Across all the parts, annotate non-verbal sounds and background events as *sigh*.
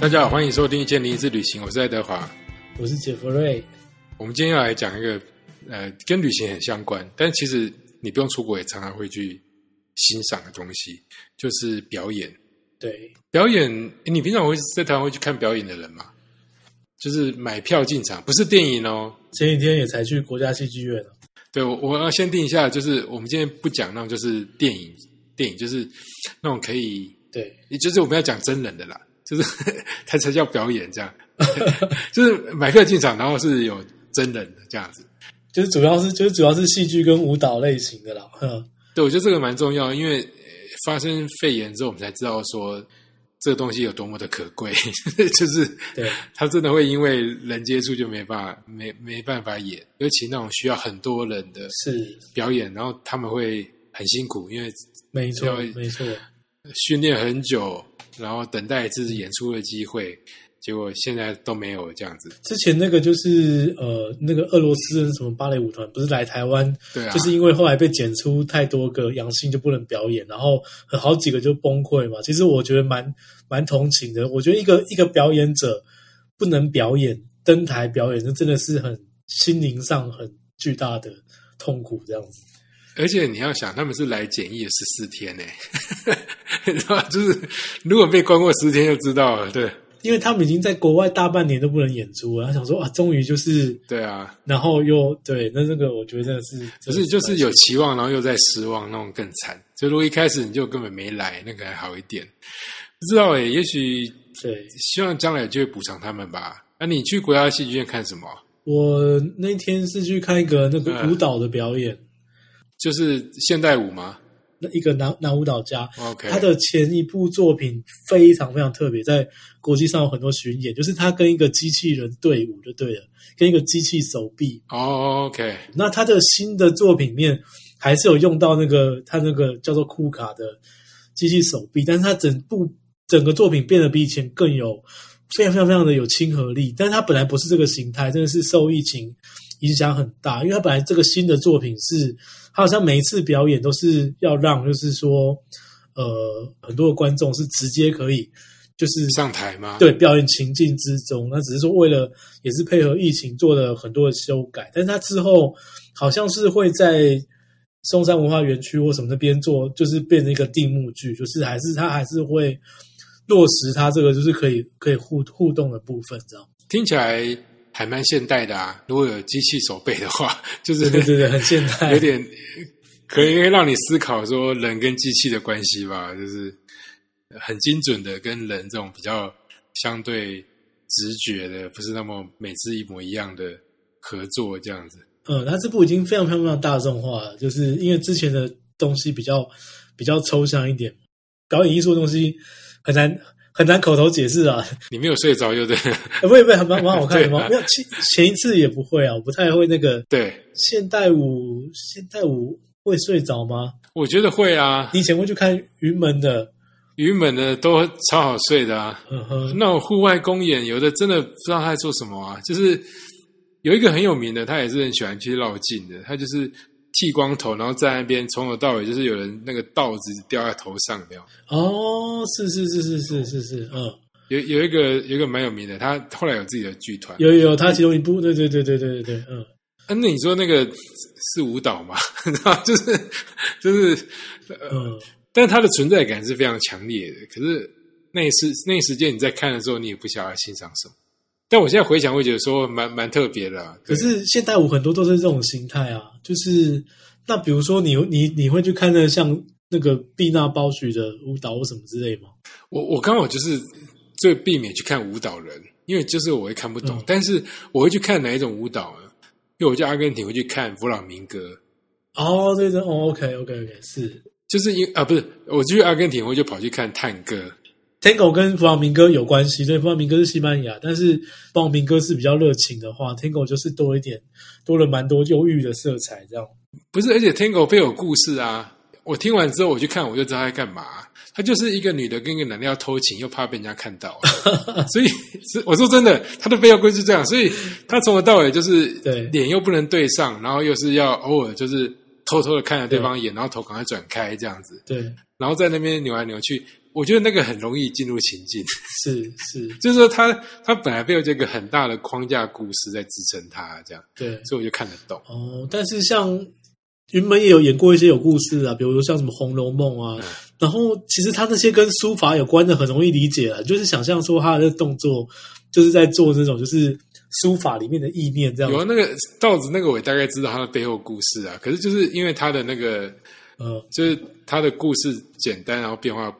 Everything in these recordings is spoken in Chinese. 大家好，欢迎收听《一千零一次旅行》，我是爱德华。我是杰弗瑞。我们今天要来讲一个呃，跟旅行很相关，但其实你不用出国也常常会去欣赏的东西，就是表演。对，表演，诶你平常会在台湾会去看表演的人吗？就是买票进场，不是电影哦。前几天也才去国家戏剧院、啊、对，我我要先定一下，就是我们今天不讲那种就是电影，电影就是那种可以，对，也就是我们要讲真人的啦，就是 *laughs* 它才叫表演这样， *laughs* 就是买票进场，然后是有真人的这样子。就是主要是就是主要是戏剧跟舞蹈类型的啦。嗯哼，对，我觉得这个蛮重要，因为呃发生肺炎之后，我们才知道说这个东西有多么的可贵， *laughs* 就是对它真的会因为人接触就没办法没没办法演，尤其那种需要很多人的是表演，然后他们会很辛苦，因为没错对啊没错，训练很久，然后等待自己演出的机会，结果现在都没有这样子。之前那个就是呃那个俄罗斯的什么芭蕾舞团不是来台湾，对啊，就是因为后来被检出太多个阳性就不能表演，然后很好几个就崩溃嘛。其实我觉得蛮蛮同情的。我觉得一个一个表演者不能表演登台表演，这真的是很心灵上很巨大的痛苦这样子。而且你要想，他们是来检疫十四天呢、 *laughs* 然后就是如果被关过十天就知道了。对因为他们已经在国外大半年都不能演出了，他想说啊，终于就是，对啊，然后又对，那这个我觉得真的是，可不是就是有期望，然后又在失望，那种更惨。就如果一开始你就根本没来，那个还好一点。不知道诶、也许对希望将来就会补偿他们吧。那、你去国家戏剧院看什么？我那天是去看一个那个嗯舞蹈的表演，就是现代舞吗那一个男男舞蹈家， ？OK，他的前一部作品非常非常特别，在国际上有很多巡演，就是他跟一个机器人队伍就对了，跟一个机器手臂。哦、o k 那他的新的作品里面还是有用到那个他那个叫做库卡的机器手臂，但是他整部整个作品变得比以前更有非常非常非常的有亲和力，但是他本来不是这个形态，真的是受疫情影响很大，因为他本来这个新的作品是，他好像每一次表演都是要让就是说，呃，很多的观众是直接可以就是上台吗？对表演情境之中，那只是说为了也是配合疫情做了很多的修改，但是他之后好像是会在松山文化园区或什么那边做，就是变成一个定目剧，就是还是他还是会落实他这个就是可以可以互互动的部分，这样。听起来还蛮现代的啊。如果有机器手背的话，就是 *laughs* 对对对对，很现 *laughs* 代有。点可以让你思考说人跟机器的关系吧，就是很精准的跟人这种比较相对直觉的，不是那么每次一模一样的合作这样子。嗯，他这部已经非常非常非常大众化了，就是因为之前的东西比较比较抽象一点，表演艺术的东西很难很难口头解释啊。你没有睡着就对了， *laughs* 呃不也不也还蛮蛮好看的对吗啊？没有前前一次也不会啊，我不太会那个对，现代舞，现代舞会睡着吗？我觉得会啊，你以前会去看云门的，鱼们的都超好睡的啊。嗯哼，那种户外公演，有的真的不知道他在做什么啊。就是有一个很有名的，他也是很喜欢去绕境的，他就是剃光头，然后在那边从头到尾就是有人那个稻子掉在头上，有没有？哦，是是是是是是是，嗯，有有一个有一个蛮有名的，他后来有自己的剧团。有有有，他其中一部，对对对对对对对，嗯，啊、那你说那个是舞蹈吗？ *laughs* 就是就是，呃嗯，但它的存在感是非常强烈的。可是那一时那一时间你在看的时候，你也不晓得欣赏什么。但我现在回想，会觉得说蛮蛮特别的、啊。可对是现代舞很多都是这种形态啊，就是那比如说你你你会去看那像那个毕娜包许的舞蹈或什么之类吗？我我刚好就是最避免去看舞蹈人，因为就是我会看不懂，嗯但是我会去看哪一种舞蹈呢？因为我去阿根廷会去看弗朗明哥，哦，对对，哦，OK OK OK，是就是因啊不是我去阿根廷我就跑去看探戈， Tango 跟弗朗明哥有关系，对，弗朗明哥是西班牙，但是弗朗明哥是比较热情的话，Tango 就是多一点，多了蛮多忧郁的色彩，这样。不是，而且 Tango 非有故事啊！我听完之后我去看，我就知道他在干嘛。他就是一个女的跟一个男的要偷情，又怕被人家看到，所以是我说真的，他的背后规是这样，所以他从头到尾就是对脸又不能对上，然后又是要偶尔就是偷偷的看着对方一眼，然后头赶快转开这样子，对，然后在那边扭来扭去。我觉得那个很容易进入情境， *laughs* 是是，就是说他他本来没有这个很大的框架故事在支撑他这样，对所以我就看得懂。哦。但是像云门也有演过一些有故事啊，比如说像什么《红楼梦》啊，嗯然后其实他那些跟书法有关的很容易理解啊，就是想象说他的动作就是在做那种就是书法里面的意念这样有啊子，那个稻子那个我大概知道他的背后故事啊，可是就是因为他的那个嗯。就是他的故事简单，然后变化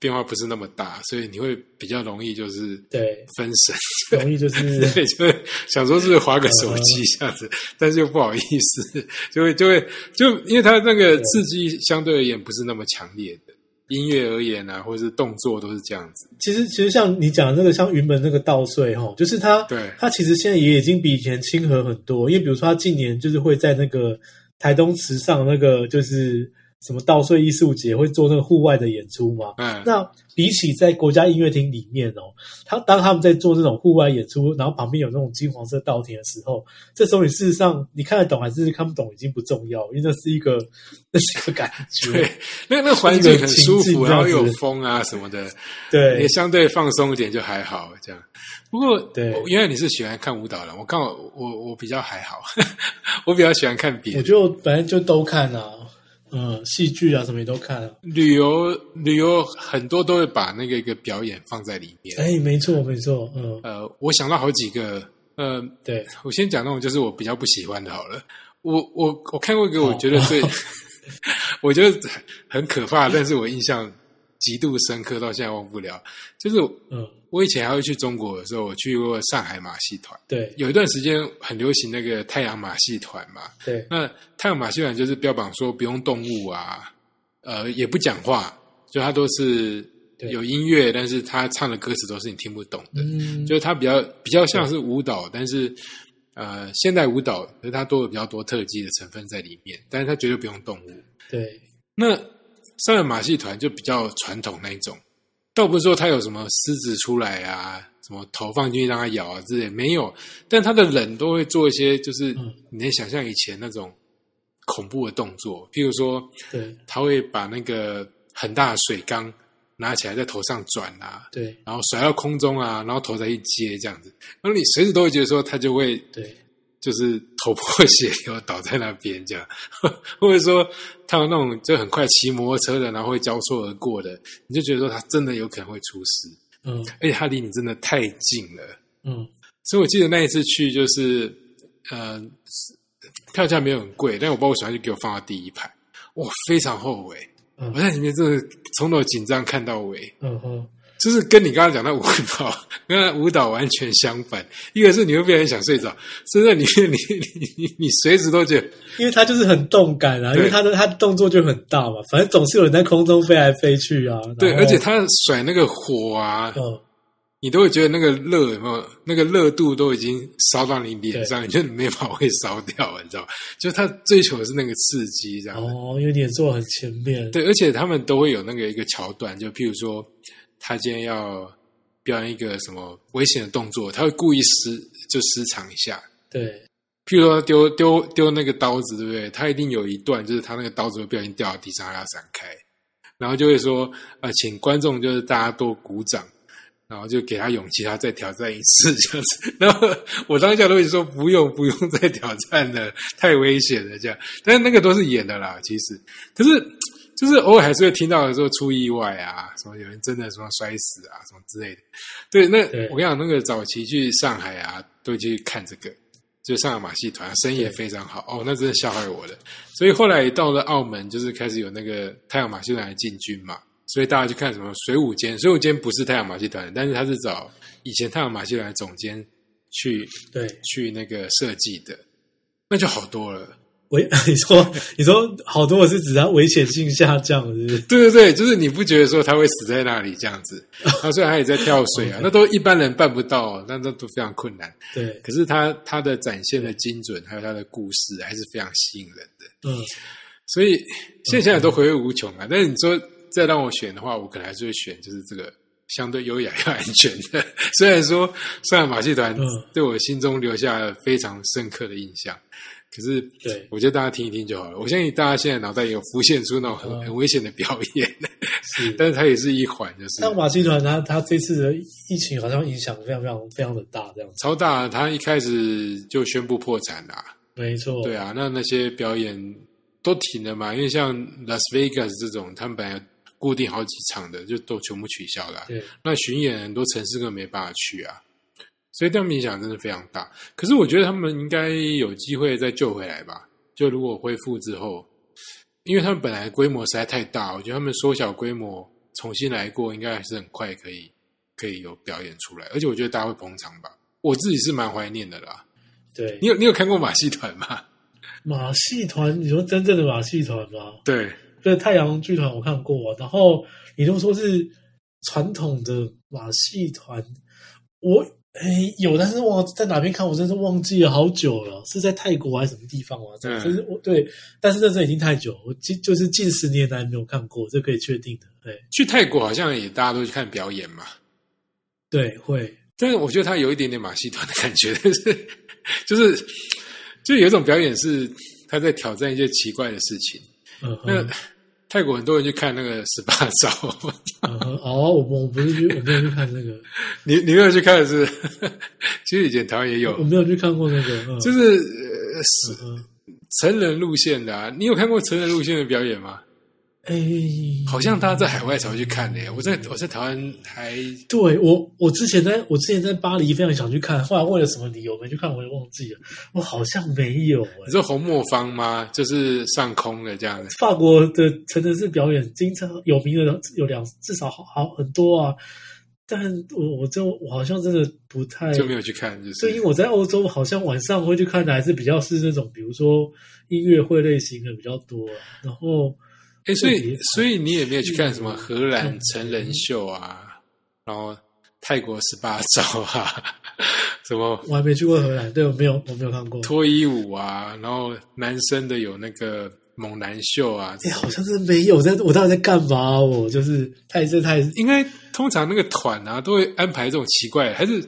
变化不是那么大，所以你会比较容易就是对，分神， *laughs* 容易就是对，就会想说是划个手机这样子，但是又不好意思，就会就会就因为他那个刺激相对而言不是那么强烈的。音乐而言啊，或者是动作都是这样子，其实，其实像你讲的那个，像云门那个稻穗哈，就是它，对它其实现在也已经比以前亲和很多。因为比如说，它近年就是会在那个台东池上那个就是什么稻穗艺术节会做那个户外的演出嘛。嗯，那比起在国家音乐厅里面哦，他当他们在做这种户外演出，然后旁边有那种金黄色稻田的时候，这时候你事实上你看得懂还是看不懂已经不重要，因为那是一个 *laughs* 那是一个感觉，对，那那环境很舒情服，境这样子然后又有风啊什么的，对也相对放松一点就还好这样。不过，对我原来你是喜欢看舞蹈的，我刚好我我比较还好， *laughs* 我比较喜欢看别我的就反正就都看啊，嗯，戏剧啊什么也都看啊。旅游旅游很多都会把那个一个表演放在里面。哎，没错没错，嗯，呃，我想到好几个，呃，对，我先讲那种就是我比较不喜欢的好了。我我我看过一个，我觉得 *laughs* 最、我觉得很可怕，但是我印象极度深刻，到现在忘不了。就是嗯，我以前还会去中国的时候，我去过上海马戏团，对有一段时间很流行那个太阳马戏团嘛。对那太阳马戏团就是标榜说不用动物啊，呃，也不讲话，就它都是对有音乐，但是它唱的歌词都是你听不懂的，嗯，就是它比较比较像是舞蹈，但是呃，现代舞蹈，可是它多了比较多特技的成分在里面，但是它绝对不用动物。对那上海马戏团就比较传统那一种，倒不是说它有什么狮子出来啊，什么头放进去让它咬啊之类，没有。但它的人都会做一些，就是嗯你能想象以前那种恐怖的动作，譬如说，对他会把那个很大的水缸拿起来在头上转啊，对然后甩到空中啊，然后头再一接这样子，然后你随时都会觉得说他就会对就是头破血流倒在那边这样， *laughs* 或者说他有那种就很快骑摩托车的，然后会交错而过的，你就觉得说他真的有可能会出事，嗯而且他离你真的太近了。嗯所以我记得那一次去就是，呃，票价没有很贵，但我把我喜欢就给我放到第一排，我非常后悔，嗯我在里面真的从头紧张看到尾，嗯哼，就是跟你刚刚讲的舞蹈，跟那舞蹈完全相反。一个是你会变得很想睡着，是在里面你你你你随时都觉得因为他就是很动感啊，对因为他的他的动作就很大嘛，反正总是有人在空中飞来飞去啊。对，然后而且他甩那个火啊，嗯，你都会觉得那个热有没有？那个热度都已经烧到你脸上，你觉得你没法会烧掉，你知道吗？就是他追求的是那个刺激，这样。哦，因为你也坐得很前面，对，而且他们都会有那个一个桥段，就譬如说，他今天要表演一个什么危险的动作，他会故意失就失常一下，对譬如说丢丢丢那个刀子，对不对？他一定有一段就是他那个刀子会不小心掉到地上，他要闪开，然后就会说呃，请观众就是大家多鼓掌，然后就给他勇气，他再挑战一次这样子。 *laughs* 然后我当下都会说不用不用再挑战了，太危险了这样。但是那个都是演的啦，其实，可是。就是偶尔还是会听到说出意外啊，什么有人真的什么摔死啊，什么之类的。对，那对我跟你讲，那个早期去上海啊，都去看这个，就上海马戏团，啊生意也非常好哦，那真的吓坏我了。所以后来到了澳门，就是开始有那个太阳马戏团的进军嘛，所以大家去看什么水舞间，水舞间不是太阳马戏团，但是他是找以前太阳马戏团的总监去对。去那个设计的，那就好多了。危， *laughs* 你说你说好多的是指它危险性下降，是不是？ *laughs* 对对对，就是你不觉得说他会死在那里这样 *laughs* 子，他虽然他也在跳水哦啊，那都一般人办不到、哦，那那都非常困难。对，可是他他的展现的精准，还有他的故事，还是非常吸引人的。嗯，所以现在想想都回味无穷啊。但是你说再让我选的话，我可能还是会选就是这个相对优雅又安全的。 *laughs* 虽然说上海马戏团嗯对我心中留下了非常深刻的印象，可是，对我觉得大家听一听就好了。我相信大家现在脑袋有浮现出那种很嗯很危险的表演，是但是它也是一环，就是但马戏团它它这次的疫情好像影响非常非常非常的大，这样子。超大，他一开始就宣布破产啦、没错，对啊，那那些表演都停了嘛，因为像 Las Vegas 这种，他们本来固定好几场的，就都全部取消了啊、对那巡演很多城市根本没办法去啊，所以他们影响真的非常大。可是我觉得他们应该有机会再救回来吧，就如果恢复之后，因为他们本来规模实在太大，我觉得他们缩小规模重新来过，应该还是很快可以可以有表演出来，而且我觉得大家会捧场吧。我自己是蛮怀念的啦。对你，有你有看过马戏团吗？马戏团，你说真正的马戏团吗？对，对，太阳剧团我看过、啊然后你都说是传统的马戏团，我诶有，但是忘了在哪边看，我真是忘记了好久了，是在泰国还是什么地方啊？嗯真是我对，但是那真的已经太久了，我近就是近十年来没有看过，这可以确定的。对去泰国好像也大家都去看表演嘛。对，会但是我觉得他有一点点马戏团的感觉， *laughs* 就是就是就有一种表演是他在挑战一些奇怪的事情。嗯那哼。泰国很多人去看那个十八招， *laughs* *laughs* 嗯哼哦，我我不是去，我没有去看那个，你你没有去看是不是？ *laughs* 其实以前台湾也 *laughs* 有我，没有去看过那个，嗯、就是是呃嗯是哼成人路线的、啊。你有看过成人路线的表演吗？哎、好像大家在海外才会去看的、耶。我在我在台湾还对我，我之前在我之前在巴黎非常想去看，后来为了什么理由没去看，我也忘记了。我好像没有哎、你说红磨坊吗？就是上空的这样子。法国的成人式表演经常有名的有两，至少好好很多啊。但我我真我好像真的不太，就没有去看，就是所以因为我在欧洲好像晚上会去看的还是比较是那种，比如说音乐会类型的比较多啊、然后哎、所特以别所以你也没有去看什么荷兰成人秀啊，然后泰国十八招啊， *laughs* 什么我还没去过荷兰，对我没有我没有看过。脱衣舞啊，然后男生的有那个猛男秀啊，哎、好像是没有，在我到底在干嘛啊、我就是太这太应该通常那个团啊都会安排这种奇怪的，还是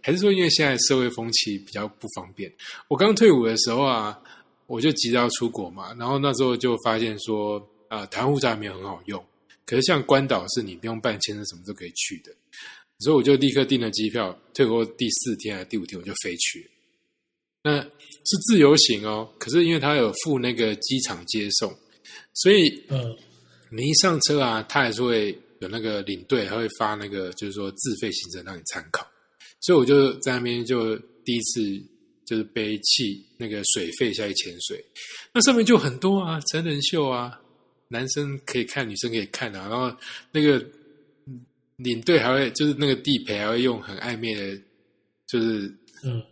还是说因为现在社会风气比较不方便。我刚退伍的时候啊，我就急着要出国嘛，然后那时候就发现说，啊、台湾护照还没有很好用，可是像关岛是你不用办签证，什么都可以去的，所以我就立刻订了机票，退国第四天还是第五天我就飞去了。那是自由行哦，可是因为他有付那个机场接送，所以嗯。你一上车啊，他还是会有那个领队，还会发那个就是说自费行程让你参考。所以我就在那边就第一次就是背弃那个水费下去潜水，那上面就很多啊，成人秀啊，男生可以看，女生可以看啊，然后那个嗯领队还会就是那个地陪还会用很暧昧的，就是嗯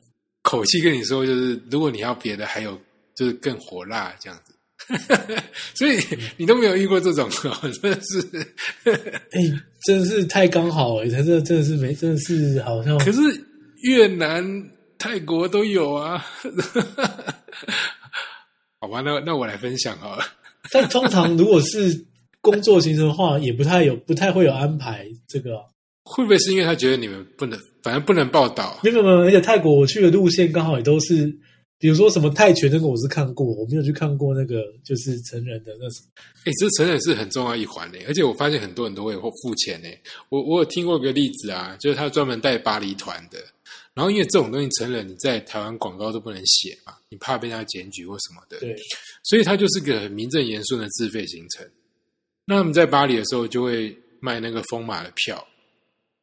口气跟你说，就是如果你要别的，还有就是更火辣这样子。 *laughs* 所以你都没有遇过这种，啊 *laughs* 真的是。哎、真的是太刚好哎、欸，他这真的是没，真的是好像可是越南、泰国都有啊。 *laughs* 好吧，那那我来分享啊。但通常如果是工作行程的话，也不太有，不太会有安排这个啊、会不会是因为他觉得你们不能，反正不能报道？没有没有，而且泰国我去的路线刚好也都是，比如说什么泰拳那个我是看过，我没有去看过那个就是成人的那什么。哎、这成人是很重要一环呢、而且我发现很多人都会付钱呢、我我有听过一个例子啊，就是他专门带巴黎团的，然后因为这种东西成人你在台湾广告都不能写嘛，你怕被人家检举或什么的，对，所以它就是个很名正言顺的自费行程。那他们在巴黎的时候就会卖那个疯马的票。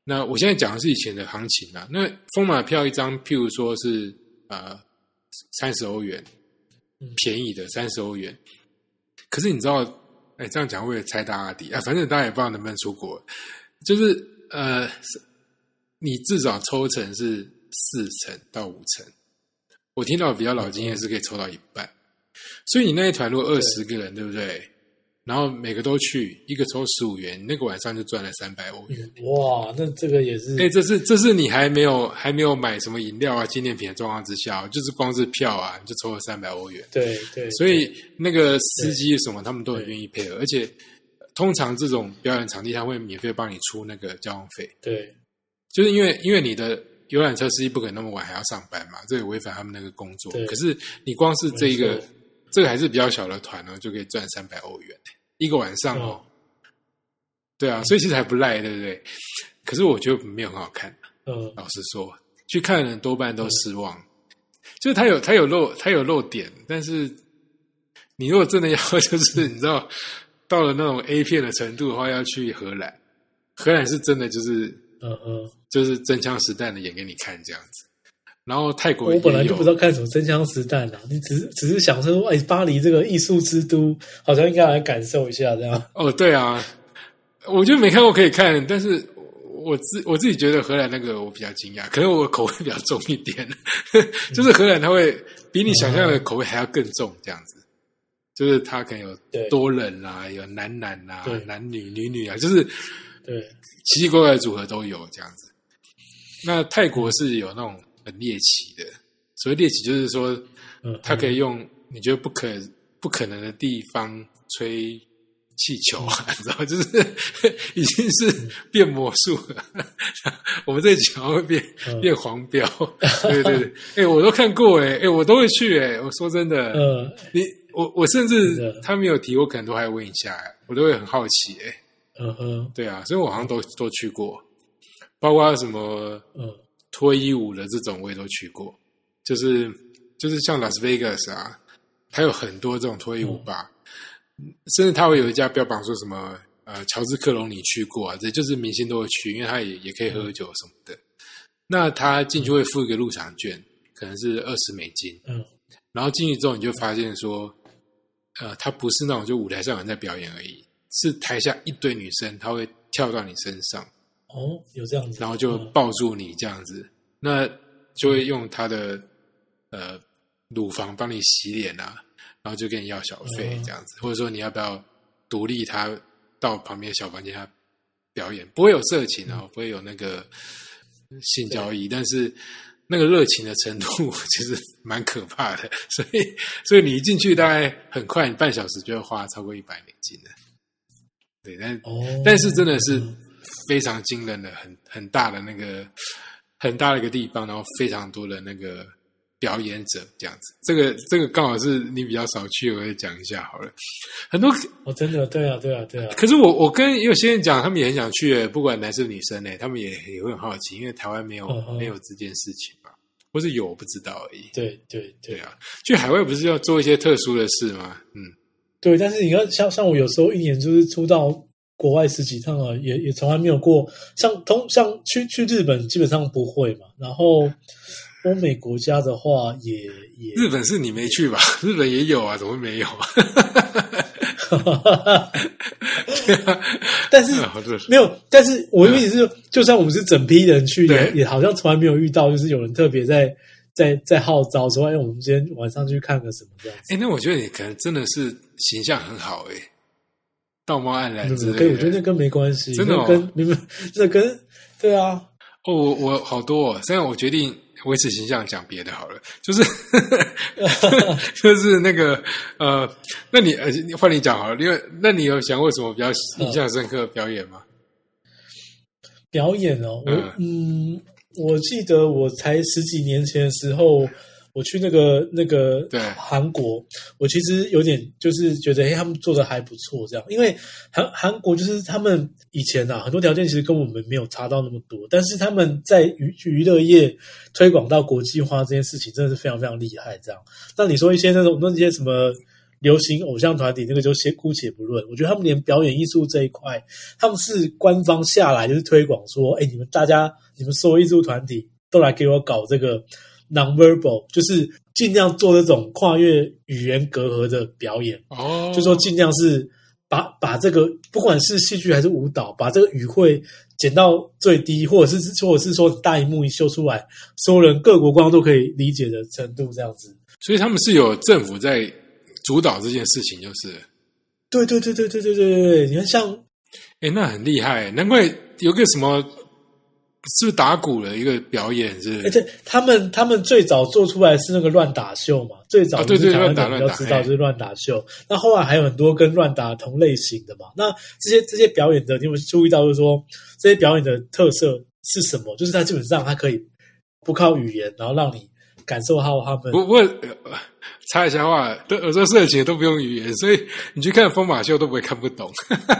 那我现在讲的是以前的行情啊。那疯马票一张，譬如说是呃三十欧元嗯，便宜的三十欧元。可是你知道，哎、这样讲为了猜大家底啊，反正大家也不知道能不能出国，就是呃，你至少抽成是四成到五成。我听到比较老经验是可以抽到一半，所以你那一团如果二十个人，对不对？然后每个都去，一个抽十五元，你那个晚上就赚了三百欧元。哇，那这个也是，哎、这是这是你还没有还没有买什么饮料啊、纪念品的状况之下，哦就是光是票啊，你就抽了三百欧元。对对，所以那个司机什么，他们都很愿意配合，而且呃通常这种表演场地他会免费帮你出那个交通费，对就是因为因为你的游览车司机不可能那么晚还要上班嘛，这也违反他们那个工作对。可是你光是这一没个错这个还是比较小的团哦，就可以赚三百欧元一个晚上嗯哦。对啊，所以其实还不赖，对不对？可是我觉得没有很好看，嗯，老实说，去看的人多半都失望。就是他有他有漏他有漏点，但是你如果真的要 *laughs* 就是你知道到了那种 A 片的程度的话，要去荷兰，荷兰是真的就是嗯嗯，就是真枪实弹的演给你看这样子。然后泰国我也本来就有不知道看什么真枪实弹啊，你只是只是想说，哎，巴黎这个艺术之都，好像应该来感受一下这样。哦，对啊，我觉得没看过可以看，但是我自我自己觉得荷兰那个我比较惊讶，可能我口味比较重一点，嗯 *laughs* 就是荷兰它会比你想象哦的口味还要更重，这样子，就是它可能对有多人啦、有男男啦、对男女女女啊，就是对，奇奇怪怪的组合都有这样子。那泰国是有那种很猎奇的，所谓猎奇就是说，嗯，他可以用你觉得不可不可能的地方吹气球啊， *laughs* 你知道吗，就是 *laughs* 已经嗯是变魔术了。我们这集好像会变、嗯变黄标，对对对，哎、我都看过哎、哎、我都会去哎、我说真的，嗯，你我我甚真至的他没有提，我可能都还问一下、哎我都会很好奇哎、嗯哼，对啊，所以我好像都都去过，包括什么嗯脱衣舞的这种我也都去过，就是就是像拉斯维加斯啊，它有很多这种脱衣舞吧，甚至它会有一家标榜说什么呃乔治克隆你去过啊，这就是明星都会去，因为他也也可以喝酒什么的。那他进去会付一个入场券，可能是二十美金，嗯然后进去之后你就发现说，呃，他不是那种就舞台上有人在表演而已，是台下一堆女生，她会跳到你身上。哦，有这样子，然后就嗯抱住你这样子，那就会用他的呃乳房帮你洗脸啊，然后就跟你要小费这样子，或者说你要不要独立他到旁边小房间他表演，不会有色情啊，不会有那个性交易，但是那个热情的程度 *laughs* 其实蛮可怕的，所以所以你一进去大概很快，你半小时就要花超过一百美金的，对，但哦，但是真的是非常惊人的，很很大的那个很大的一个地方，然后非常多的那个表演者这样子。这个这个刚好是你比较少去，我也讲一下好了。很多哦，真的，对啊，对啊，对啊，可是我我跟有些人讲，他们也很想去耶，不管男生女生呢，他们也也会很好奇，因为台湾没有、嗯哼没有这件事情嘛，或是有我不知道而已。对对对对啊，去海外不是要做一些特殊的事吗？嗯，对，但是你看，像像我有时候一年就是出到国外十几趟啊，也也从来没有过。像通像去去日本基本上不会嘛，然后欧美国家的话也也日本是你没去吧？日本也有啊，怎么会没有？ *laughs* *laughs* 但是好热没有，但是我的意思是，就算我们是整批人去，也嗯对也好像从来没有遇到，就是有人特别在在在号召说，哎，我们今天晚上去看个什么这样子。哎、那我觉得你可能真的是形象很好哎、道貌岸然之类的。嗯跟我觉得那跟没关系，哎真的那哦跟 *laughs* 你们这跟对啊，哦，我我好多、哦，虽然我决定维持形象讲别的好了，就是 *laughs* 就是那个呃，那你呃换你讲好了，因为那你有想过什么比较嗯印象深刻的表演吗？表演哦，我嗯我记得我才十几年前的时候，我去那个那个对韩国，我其实有点就是觉得，哎，他们做的还不错，这样，因为韩韩国就是他们以前啊，很多条件其实跟我们没有差到那么多，但是他们在娱娱乐业推广到国际化这件事情，真的是非常非常厉害，这样。那你说一些那种那些什么流行偶像团体，那个就先姑且不论。我觉得他们连表演艺术这一块，他们是官方下来就是推广说，哎，你们大家，你们所有艺术团体都来给我搞这个 nonverbal，就是尽量做这种跨越语言隔阂的表演。哦，就说尽量是把把这个不管是戏剧还是舞蹈，把这个语汇减到最低，或者是或者是说大荧幕一秀出来，所有人各国观众都可以理解的程度，这样子。所以他们是有政府在主导这件事情，就是对对对对对对对对对，你看像哎、那很厉害，难怪有个什么是不是打鼓的一个表演是而且他们他们最早做出来是那个乱打秀嘛，最早啊对对就是台湾乱打人比较乱打知道嘿就是乱打秀，那后来还有很多跟乱打同类型的嘛。那这些这些表演的，你有没有注意到就是说这些表演的特色是什么？就是它基本上它可以不靠语言，然后让你感受到他们不不，呃插一下话，都我说色情都不用语言，所以你去看疯马秀都不会看不懂。 *laughs*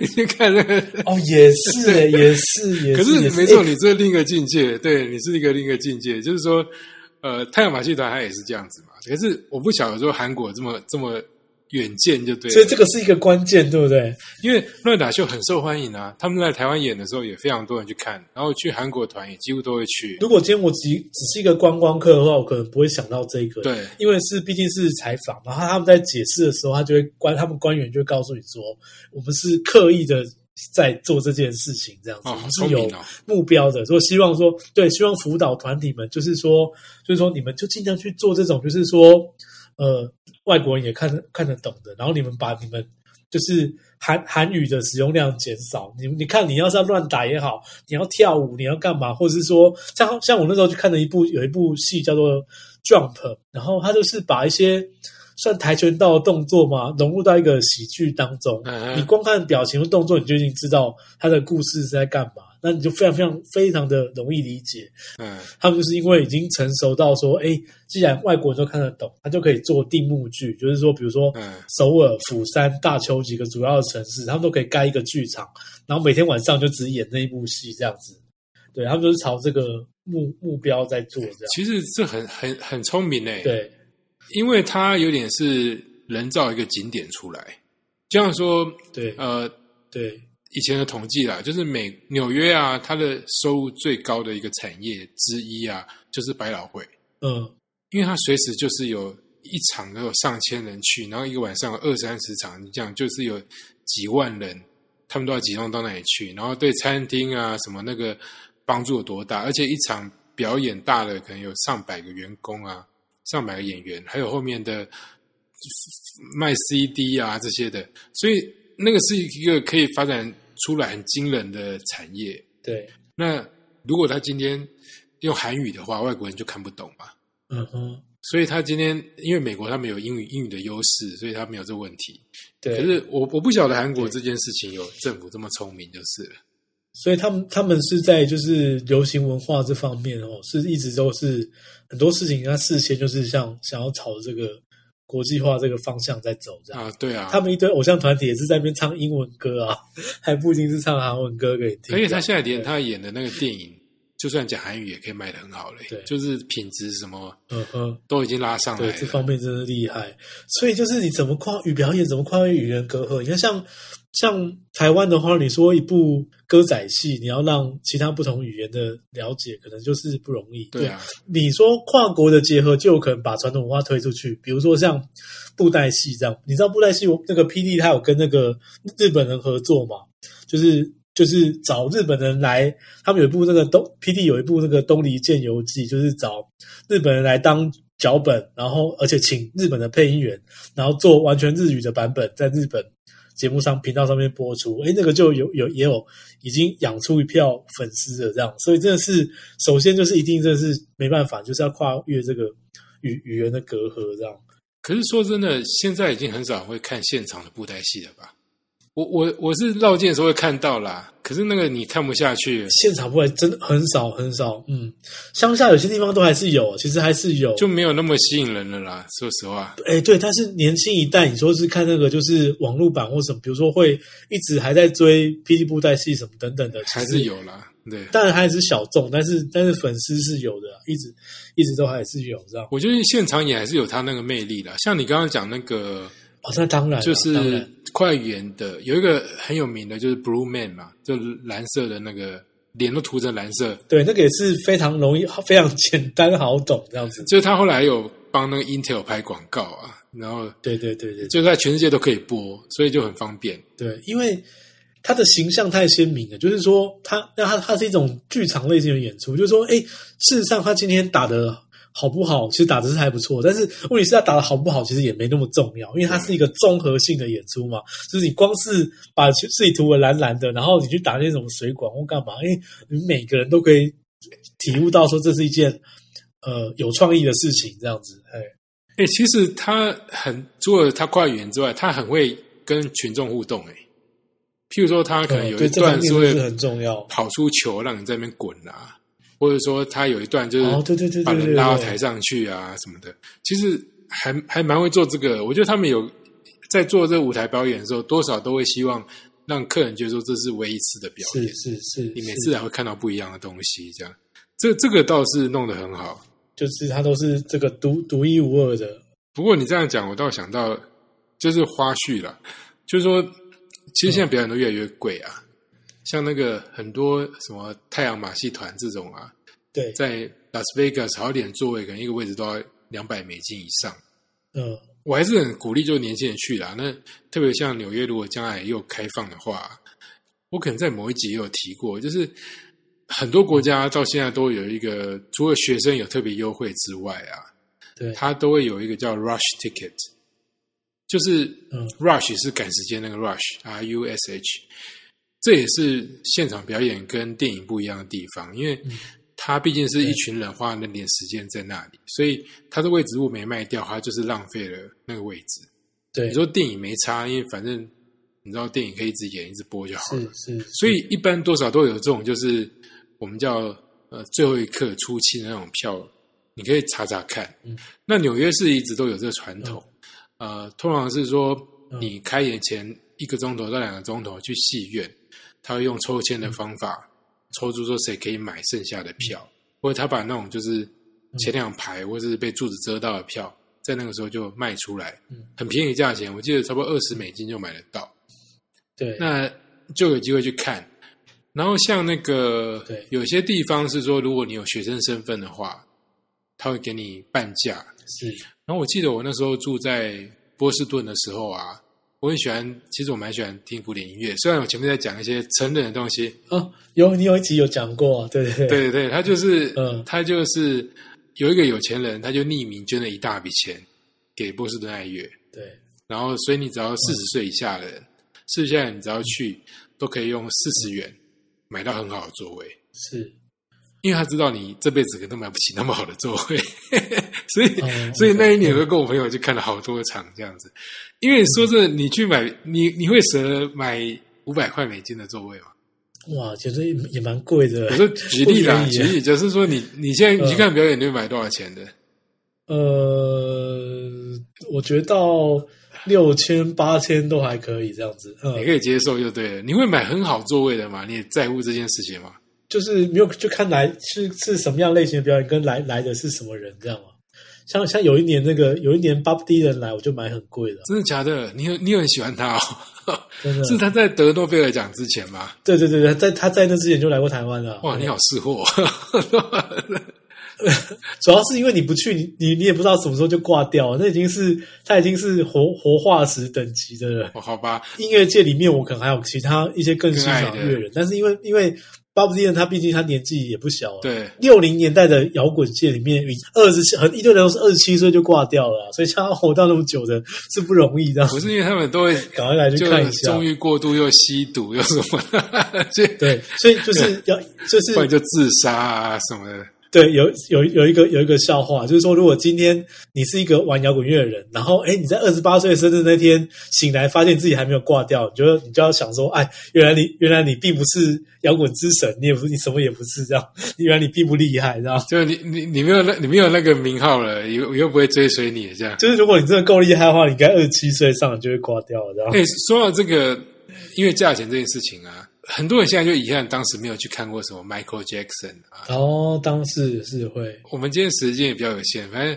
你去看那个，哦，也 *laughs* 是欸，也是，也可是，也没错，欸你这是另一个境界，对你是一个另一个境界，就是说，呃，太阳马戏团它也是这样子嘛。可是我不晓得说韩国这么这么远见就对了，所以这个是一个关键，对不对？因为乱打秀很受欢迎啊，他们在台湾演的时候也非常多人去看，然后去韩国团也几乎都会去。如果今天我只只是一个观光客的话，我可能不会想到这个，对，因为是毕竟是采访，然后他们在解释的时候，他就会官他们官员就会告诉你说，我们是刻意的在做这件事情，这样子，哦，我好们聪是有明哦，目标的，所以希望说，对，希望辅导团体们，就是说，就是说，你们就尽量去做这种，就是说，呃，外国人也看得看得懂的，然后你们把你们就是韩韩语的使用量减少，你你看你要是要乱打也好，你要跳舞，你要干嘛，或者是说，像像我那时候去看了一部有一部戏叫做《Jump》，然后他就是把一些。算跆拳道的动作嘛，融入到一个喜剧当中。嗯哼你光看表情和动作，你就已经知道他的故事是在干嘛，那你就非常非常非常的容易理解。嗯，他们就是因为已经成熟到说，哎，既然外国人都看得懂，他就可以做定目剧，就是说，比如说嗯首尔、釜山、大邱几个主要的城市，他们都可以盖一个剧场，然后每天晚上就只演那一部戏这样子。对他们就是朝这个目目标在做这样。其实这很很很聪明欸诶，，对，因为它有点是人造一个景点出来，就像说对，呃对，以前的统计啦，就是美纽约啊，它的收入最高的一个产业之一啊，就是百老汇，嗯，因为它随时就是有一场都有上千人去，然后一个晚上有二三十场，你讲就是有几万人，他们都要集中到那里去，然后对餐厅啊什么那个帮助有多大？而且一场表演大的可能有上百个员工啊，上百个演员，还有后面的卖 CD 啊这些的，所以那个是一个可以发展出来很惊人的产业。对，那如果他今天用韩语的话，外国人就看不懂嘛。嗯哼，所以他今天因为美国他们有英语英语的优势，所以他没有这问题。对。可是我我不晓得韩国这件事情有政府这么聪明就是了。所以他们他们是在就是流行文化这方面哦，是一直都是很多事情，他事先就是像想要朝这个国际化这个方向在走这样。啊，对啊，他们一堆偶像团体也是在那边唱英文歌啊， *laughs* 还不一定是唱韩文歌给你听。而且他现在连他演的那个电影，就算讲韩语也可以卖得很好嘞对，就是品质什么嗯哼，都已经拉上来对了。这方面真的厉害。所以就是你怎么跨语表演，怎么跨越语言隔阂？你看像像台湾的话，你说一部歌仔戏，你要让其他不同语言的了解，可能就是不容易。对啊，你说跨国的结合，就有可能把传统文化推出去，比如说像布袋戏这样。你知道布袋戏，我那个 PD 他有跟那个日本人合作嘛？就是就是找日本人来，他们有一部那个东 PD 有一部那个《东离剑游记》，就是找日本人来当脚本，然后而且请日本的配音员，然后做完全日语的版本，在日本节目上频道上面播出。诶，那个就有有也有已经养出一票粉丝了，这样，所以真的是首先就是一定真的是没办法，就是要跨越这个语语言的隔阂，这样。可是说真的，现在已经很少会看现场的布袋戏了吧？我我我是绕境的时候会看到啦，可是那个你看不下去，现场不会真的很少很少，嗯，乡下有些地方都还是有，其实还是有，就没有那么吸引人了啦。说实话，哎，对，但是年轻一代，你说是看那个就是网络版或什么，比如说会一直还在追《霹雳布袋戏》什么等等的，其实还是，有啦，对。当然还是小众，但是但是粉丝是有的，啊一直一直都还是有这样。我觉得现场演还是有它那个魅力的。像你刚刚讲那个，哦，那当然啊，就当是然快演的，有一个很有名的，就是 Blue Man 嘛，就蓝色的那个脸都涂成蓝色，对那个也是非常容易、非常简单好懂这样子。就是他后来有帮那个 Intel 拍广告啊，然后对对对对对就在全世界都可以播，所以就很方便。对，因为它的形象太鲜明了，就是说它那它它是一种剧场类型的演出，就是说，哎，事实上他今天打的好不好，其实打的是还不错，但是问题是他打的好不好，其实也没那么重要，因为它是一个综合性的演出嘛，就是你光是把自己涂的蓝蓝的，然后你去打那种水管或干嘛，因为你每个人都可以体悟到说这是一件呃有创意的事情，这样子，哎。哎、其实他很除了他快演之外，他很会跟群众互动、欸。譬如说他可能有嗯对一这方段面是是会很重要，跑出球让你在那边滚啊。或者说他有一段就是哦对对对对把对人对拉到对台上去啊什么的，其实还还蛮会做这个。我觉得他们有在做这个舞台表演的时候，多少都会希望让客人觉得说这是唯一一次的表是演，是是，你每是次还会看到不一样的东西，这样。这这个倒是弄得很好，就是它都是这个独独一无二的，不过你这样讲，我倒想到就是花絮啦，就是说，其实现嗯在表演都越来越贵啊，像那个很多什么太阳马戏团这种啊，对，在拉斯维加斯好一点座位，可能一个位置都要两百美金以上。嗯，我还是很鼓励，就是年轻人去啦。那特别像纽约，如果将来又开放的话，我可能在某一集也有提过，就是很多国家到现在都有一个，除了学生有特别优惠之外啊，对，它都会有一个叫 rush ticket，就是嗯 rush 是赶时间那个 rush，R U S H，这也是现场表演跟电影不一样的地方，因为嗯它毕竟是一群人花那点时间在那里，所以它的位置物没卖掉，它就是浪费了那个位置。对，你说电影没差，因为反正你知道电影可以一直演一直播就好了是，是，是所以一般多少都有这种，就是我们叫呃最后一刻出清的那种票，你可以查查看。嗯那纽约市一直都有这个传统，呃，通常是说嗯你开演前一个钟头到两个钟头去戏院，他会用抽签的方嗯法、抽出说谁可以买剩下的票，或者他把那种就是嗯前两排或者是被柱子遮到的票，在那个时候就卖出来，嗯很便宜的价钱，我记得差不多二十美金就买得到。对，那就有机会去看。然后像那个对，有些地方是说，如果你有学生身份的话，他会给你半价。是然后我记得我那时候住在波士顿的时候啊，我很喜欢，其实我蛮喜欢听古典音乐，虽然我前面在讲一些成人的东西，啊，有你有一集有讲过，啊对对对，对对对，他就是，嗯他就是有一个有钱人，他就匿名捐了一大笔钱给波士顿爱乐，对然后所以你只要四十岁以下的人，四十岁以下的人只要去，都可以用四十元买到很好的座位，是，因为他知道你这辈子可能都买不起那么好的座位， *laughs* 所以、哦所以那一年我就跟我朋友去看了好多场这样子。因为说真的，你去买你你会舍得买五百块美金的座位吗？哇，其实也也蛮贵的我。说举例啦，不举便宜啊例就是说你你现在你去嗯看表演，你会买多少钱的？呃，我觉得到六千八千都还可以这样子，嗯你，可以接受就对了。你会买很好座位的吗？你也在乎这件事情吗？就是没有就看来是是什么样类型的表演，跟来来的是什么人这样嘛。像像有一年那个有一年 Bob Dylan 来，我就买很贵的，真的假的？你有你有很喜欢他哦？真的。是他在得诺贝尔奖之前吗？对对对对，在他在那之前就来过台湾了。哇，你好识货！ *laughs* 主要是因为你不去，你你你也不知道什么时候就挂掉了，那已经是他已经是活活化石等级的了。哦，好吧，音乐界里面，我可能还有其他一些更欣赏更的爱的乐人，但是因为因为 Bob Dylan 他毕竟他年纪也不小了，对，六零年代的摇滚界里面，二十很一堆人都是二十七岁就挂掉了啊、所以像他活到那么久的是不容易的。不是因为他们都会赶快来 *laughs* 去就看一是下，纵欲过度又吸毒又什么的， *laughs* 就对，所以就是要就是 *laughs* 不然就自杀啊什么的。对，有有有一个有一个笑话，就是说，如果今天你是一个玩摇滚乐的人，然后哎，你在二十八岁生日那天醒来，发现自己还没有挂掉，你就你就要想说，哎，原来你原来你并不是摇滚之神，你也不是你什么也不是，这样，你原来你并不厉害，这样。就你你你没有那你没有那个名号了，又又不会追随你这样。就是如果你真的够厉害的话，你应该二十七岁上你就会挂掉，这样。哎、说到这个，因为价钱这件事情啊，很多人现在就遗憾当时没有去看过什么 Michael Jackson 啊。哦，当时是会，我们今天时间也比较有限，反正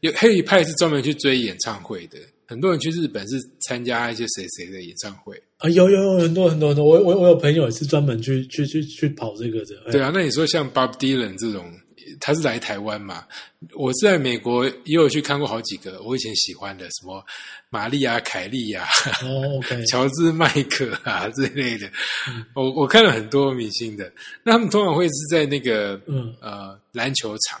有黑一派是专门去追演唱会的，很多人去日本是参加一些谁谁的演唱会。啊，有有有很多很多很多，我我我有朋友也是专门去去去去跑这个的，哎对啊，那你说像 Bob Dylan 这种，他是来台湾嘛？我是在美国也有去看过好几个我以前喜欢的，什么玛丽啊、凯莉啊、哦，OK， *laughs* 乔治麦克啊这类的，嗯我我看了很多明星的，那他们通常会是在那个嗯呃篮球场，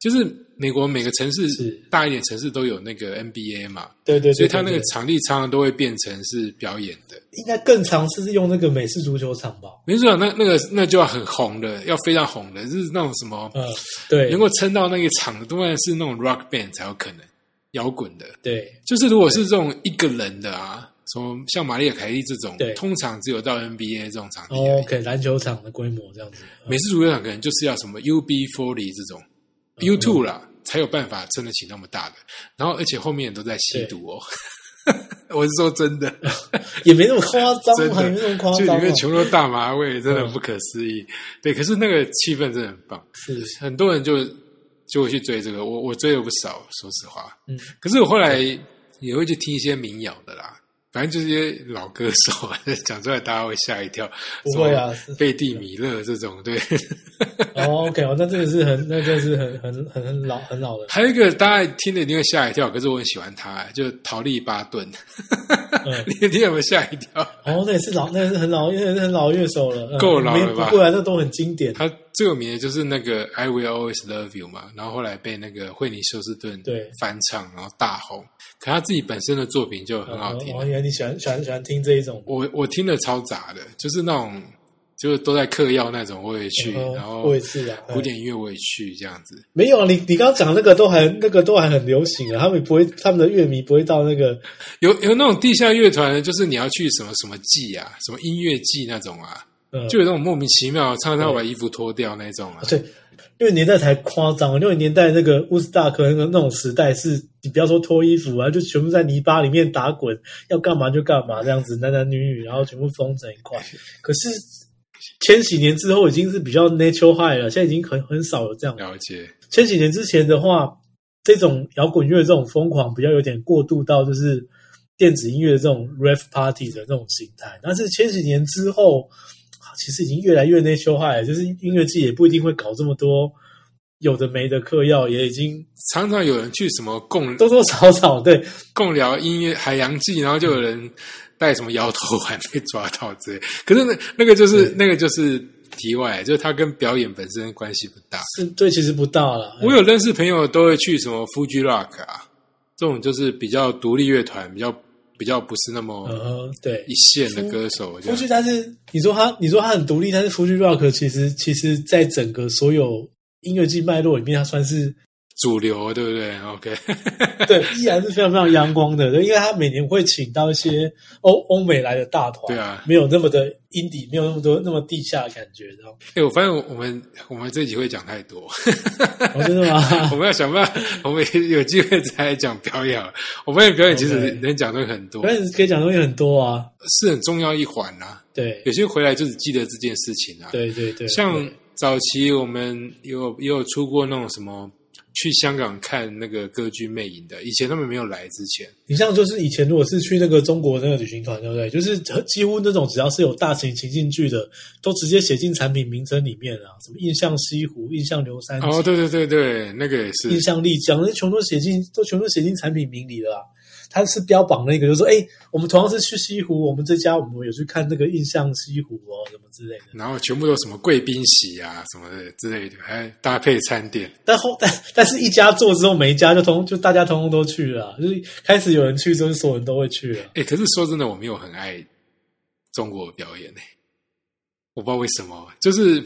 就是美国每个城市是大一点城市都有那个 NBA 嘛，对对对，所以他那对个对场地常常都会变成是表演的。应该更常是用那个美式足球场吧？没错，那那个那就要很红的，要非常红的，就是那种什么嗯，对，能够撑到那个场的，当然是那种 rock band 才有可能，摇滚的。对就是如果是这种一个人的啊，什么像玛丽亚凯莉这种对，哦通常只有到 NBA 这种场地而已。 OK，篮球场的规模这样子，嗯美式足球场可能就是要什么 UB forty 这种嗯 U two 啦，才有办法撑得起那么大的。然后而且后面也都在吸毒哦， *laughs* 我是说真的，也没那么夸真张，的还没那么夸就张里啊，面全部都大麻味，真的很不可思议。嗯对，可是那个气氛真的很棒，是很多人就就会去追这个，我我追了不少，说实话。嗯，可是我后来也会去听一些民谣的啦，反正就是一些老歌手讲出来，大家会吓一跳。不会啊什么贝蒂米勒这种对。哦 OK，哦，那真的是很，那真的是很很很很老很老的，还有一个大家听了一定会吓一跳，可是我很喜欢他，就陶丽巴顿， *laughs* 嗯，你你有没有吓一跳？哦，那也是老，那也是很老，那也是很老的乐手了，嗯够老了吧没不过来那都很经典，他最有名的就是那个 I Will Always Love You 嘛，然后后来被那个惠妮休斯顿对翻唱，然后大红。可他自己本身的作品就很好听，哦，原来你喜欢喜欢喜欢听这一种，我我听的超杂的，就是那种就是都在嗑药那种，我也去，嗯然后我也是啊，嗯古典音乐我也去这样子。没有，你你刚刚讲那个都还那个都还很流行啊，他们不会，他们的乐迷不会到那个有有那种地下乐团，就是你要去什么什么季啊，什么音乐季那种啊，嗯，就有那种莫名其妙唱唱把衣服脱掉那种啊。对，六零年代才夸张，六零年代那个乌斯达克那个那种时代是，你不要说脱衣服啊，就全部在泥巴里面打滚，要干嘛就干嘛这样子，男男女女，然后全部封成一块。可是千禧年之后已经是比较 natural high 了，现在已经很很少有这样。了解，千禧年之前的话，这种摇滚乐这种疯狂比较有点过渡到就是电子音乐的这种 rave party 的这种形态，但是千禧年之后，啊其实已经越来越内修化了，就是音乐季也不一定会搞这么多有的没的嗑药，也已经常常有人去什么共多多少少对共聊音乐海洋季，然后就有人带什么摇头丸被抓到之类。可是那那个就是那个就是题外，就是它跟表演本身关系不大。是对，其实不大了。我有认识朋友都会去什么 Fuji Rock 啊，这种就是比较独立乐团，比较比较不是那嗯么哼，对一，线的歌手这夫样。剧，但是你说他，你说他很独立，但是夫剧 rock 其实其实在整个所有音乐季脉络里面，它算是主流对不对？OK， *laughs* 对，依然是非常非常阳光的，对因为他每年会请到一些欧欧美来的大团，对啊没有那么的 indie，没有那么多那么地下的感觉，然后哎、我发现我们我们这集会讲太多， *laughs* 哦真的我吗？们要想办法， *laughs* 我们有机会再来讲表演好了。我发现表演其实 OK 能讲的很多表演可以讲的东西很多啊，是很重要一环啊。对有些回来就只记得这件事情啊。对对对，像早期我们也有也有出过那种什么去香港看那个歌剧魅影的，以前他们没有来之前，你像就是以前如果是去那个中国那个旅行团，对不对？就是几乎那种只要是有大型情境剧的，都直接写进产品名称里面啊，什么印象西湖、印象流山哦，井、对对对对，那个也印是，象丽江，那全部都写进，都全部都写进产品名里了啊、它是标榜那个，就是说，哎、我们同样是去西湖，我们这家我们有去看那个印象西湖哦，什么之类的。然后全部都什么贵宾席啊什么的之类的，还搭配餐点。但后但但是一家做之后，每一家就通就大家通通都去了啊、就是开始有人去，就是所有人都会去了。啊哎，可是说真的，我没有很爱中国表演呢、我不知道为什么，就是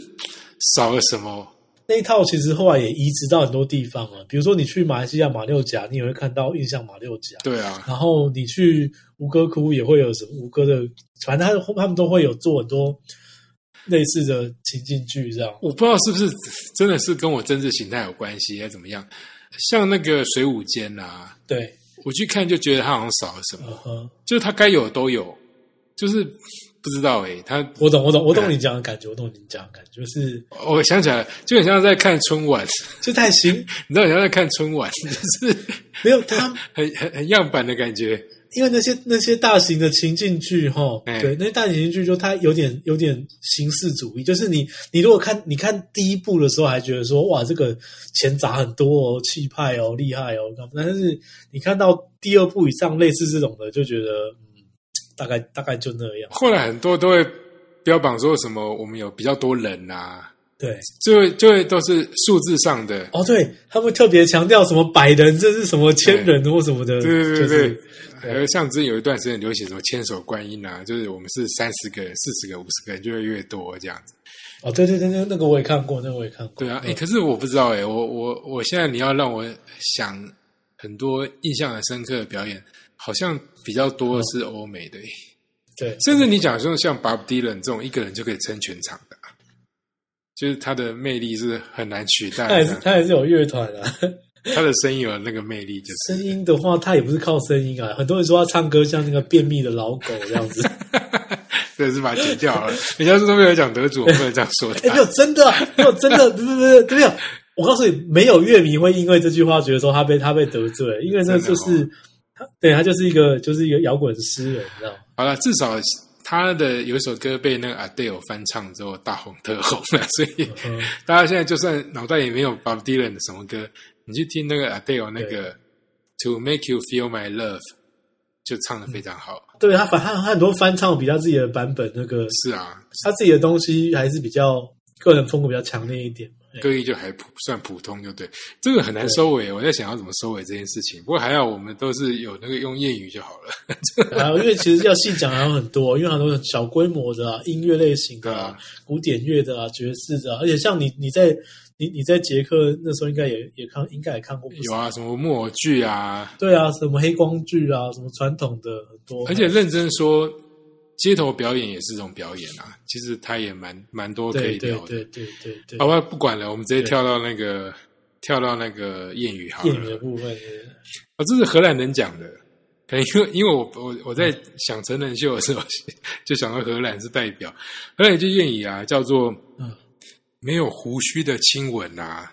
少了什么。那一套其实后来也移植到很多地方啊了，比如说你去马来西亚马六甲，你也会看到印象马六甲，对啊，然后你去吴哥窟也会有什么吴哥的，反正他他们都会有做很多类似的情境剧这样。我不知道是不是真的是跟我政治形态有关系，还是怎么样？像那个水舞间啊，对，我去看就觉得它好像少了什么。嗯哼，就是他该有的都有，就是不知道欸诶、他我懂，我懂，我懂你讲的感觉，我懂你讲的感觉，就是我想起来了，就很像在看春晚， *laughs* 就太行，你知道，很像在看春晚， *laughs* 就是没有他，很很很样板的感觉。因为那些那些大型的情境剧，哈，哎对，那些大型情境剧就它有点有点形式主义，就是你你如果看你看第一部的时候还觉得说哇这个钱砸很多哦，气派哦，厉害哦，干嘛但是你看到第二部以上类似这种的，就觉得嗯，大概大概就那样，后来很多都会标榜说什么我们有比较多人啊，对。就会就会都是数字上的，哦，对他们特别强调什么百人，这是什么千人或什 *laughs* 么的，对对对就是对。还有呃像之前有一段时间流行什么千手观音啊，就是我们是三十个人、四十个、五十个人就会越多这样子。哦，对对对，那那个我也看过，那个我也看过。对啊，哎、嗯可是我不知道哎、我我我现在你要让我想很多印象很深刻的表演，好像比较多的是欧美的、对，甚至你讲说像 Bob Dylan 这种一个人就可以撑全场的啊、就是他的魅力是很难取代他还是的，他还是有乐团啊。 *laughs* 他的声音有那个魅力，就是声音的话，他也不是靠声音啊，很多人说他唱歌像那个便秘的老狗这样 *laughs* 子。真的是把它剪掉了。人家是诺贝尔奖得主，我不能这样说哎、他没。有真的啊，没有真的，不是不是不是没有。我告诉你，没有乐迷会因为这句话觉得说他被他被得罪，因为那就是真哦他，对他就是一个就是一个摇滚诗人，你知道吗？好了，至少他的有一首歌被那个 Adele 翻唱之后大红特红了， *laughs* 所以嗯大家现在就算脑袋里没有 Bob Dylan 的什么歌，你去听那个 Adele 那个 To Make You Feel My Love，就唱的非常好。对他反他他很多翻唱比他自己的版本那个，是啊，他自己的东西还是比较个人风格比较强烈一点。歌艺就还普算普通，就对。这个很难收尾，我在想要怎么收尾这件事情。不过还好我们都是有那个用谚语就好了。啊，因为其实要细讲还有很多，因为很多小规模的、啊、音乐类型的、对啊古典乐的啊、爵士的、啊，而且像你你在你你在捷克那时候应该也也看应该也看过不有少，啊，什么木偶剧啊，对啊，什么黑光剧啊，什么传统的很多，啊而且认真说，街头表演也是一种表演啊。其实它也蛮蛮多可对以对聊的。对对对对，好吧，不管了，我们直接跳到那个跳到那个谚语好谚语的了。部分，哦，这是荷兰人讲的，可能因为因为我我我在想成人秀的时候，就想到荷兰是代表。荷兰有句谚语啊，叫做嗯，没有胡须的亲吻啊，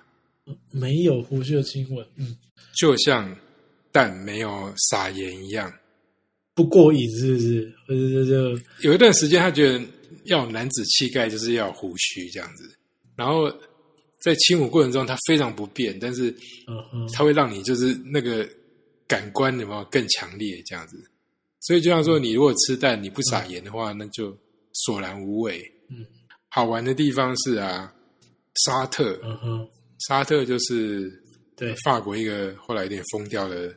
没有胡须的亲吻，嗯，就像蛋没有撒盐一样。不过瘾是不是？或者这就有一段时间，他觉得要有男子气概就是要有胡须这样子，然后在亲吻过程中，他非常不便，但是嗯哼，它会让你就是那个感官有没有更强烈这样子。所以就像说，你如果吃蛋你不撒盐的话，那就索然无味。嗯，好玩的地方是啊，沙特，嗯哼，沙特就是对法国一个后来有点疯掉的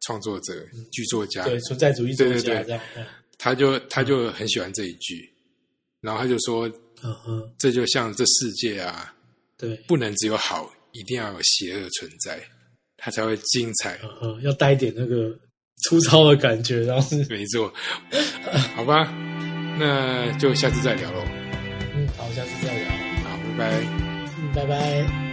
创作者、剧作家，嗯对，存在主义作啊对对家对这样，嗯他就他就很喜欢这一句，然后他就说，嗯哼，这就像这世界啊，对，不能只有好，一定要有邪恶存在，它才会精彩。嗯哼，要带一点那个粗糙的感觉，然后是。没错，好吧，那就下次再聊喽。嗯，好，下次再聊。好，拜拜。嗯，拜拜。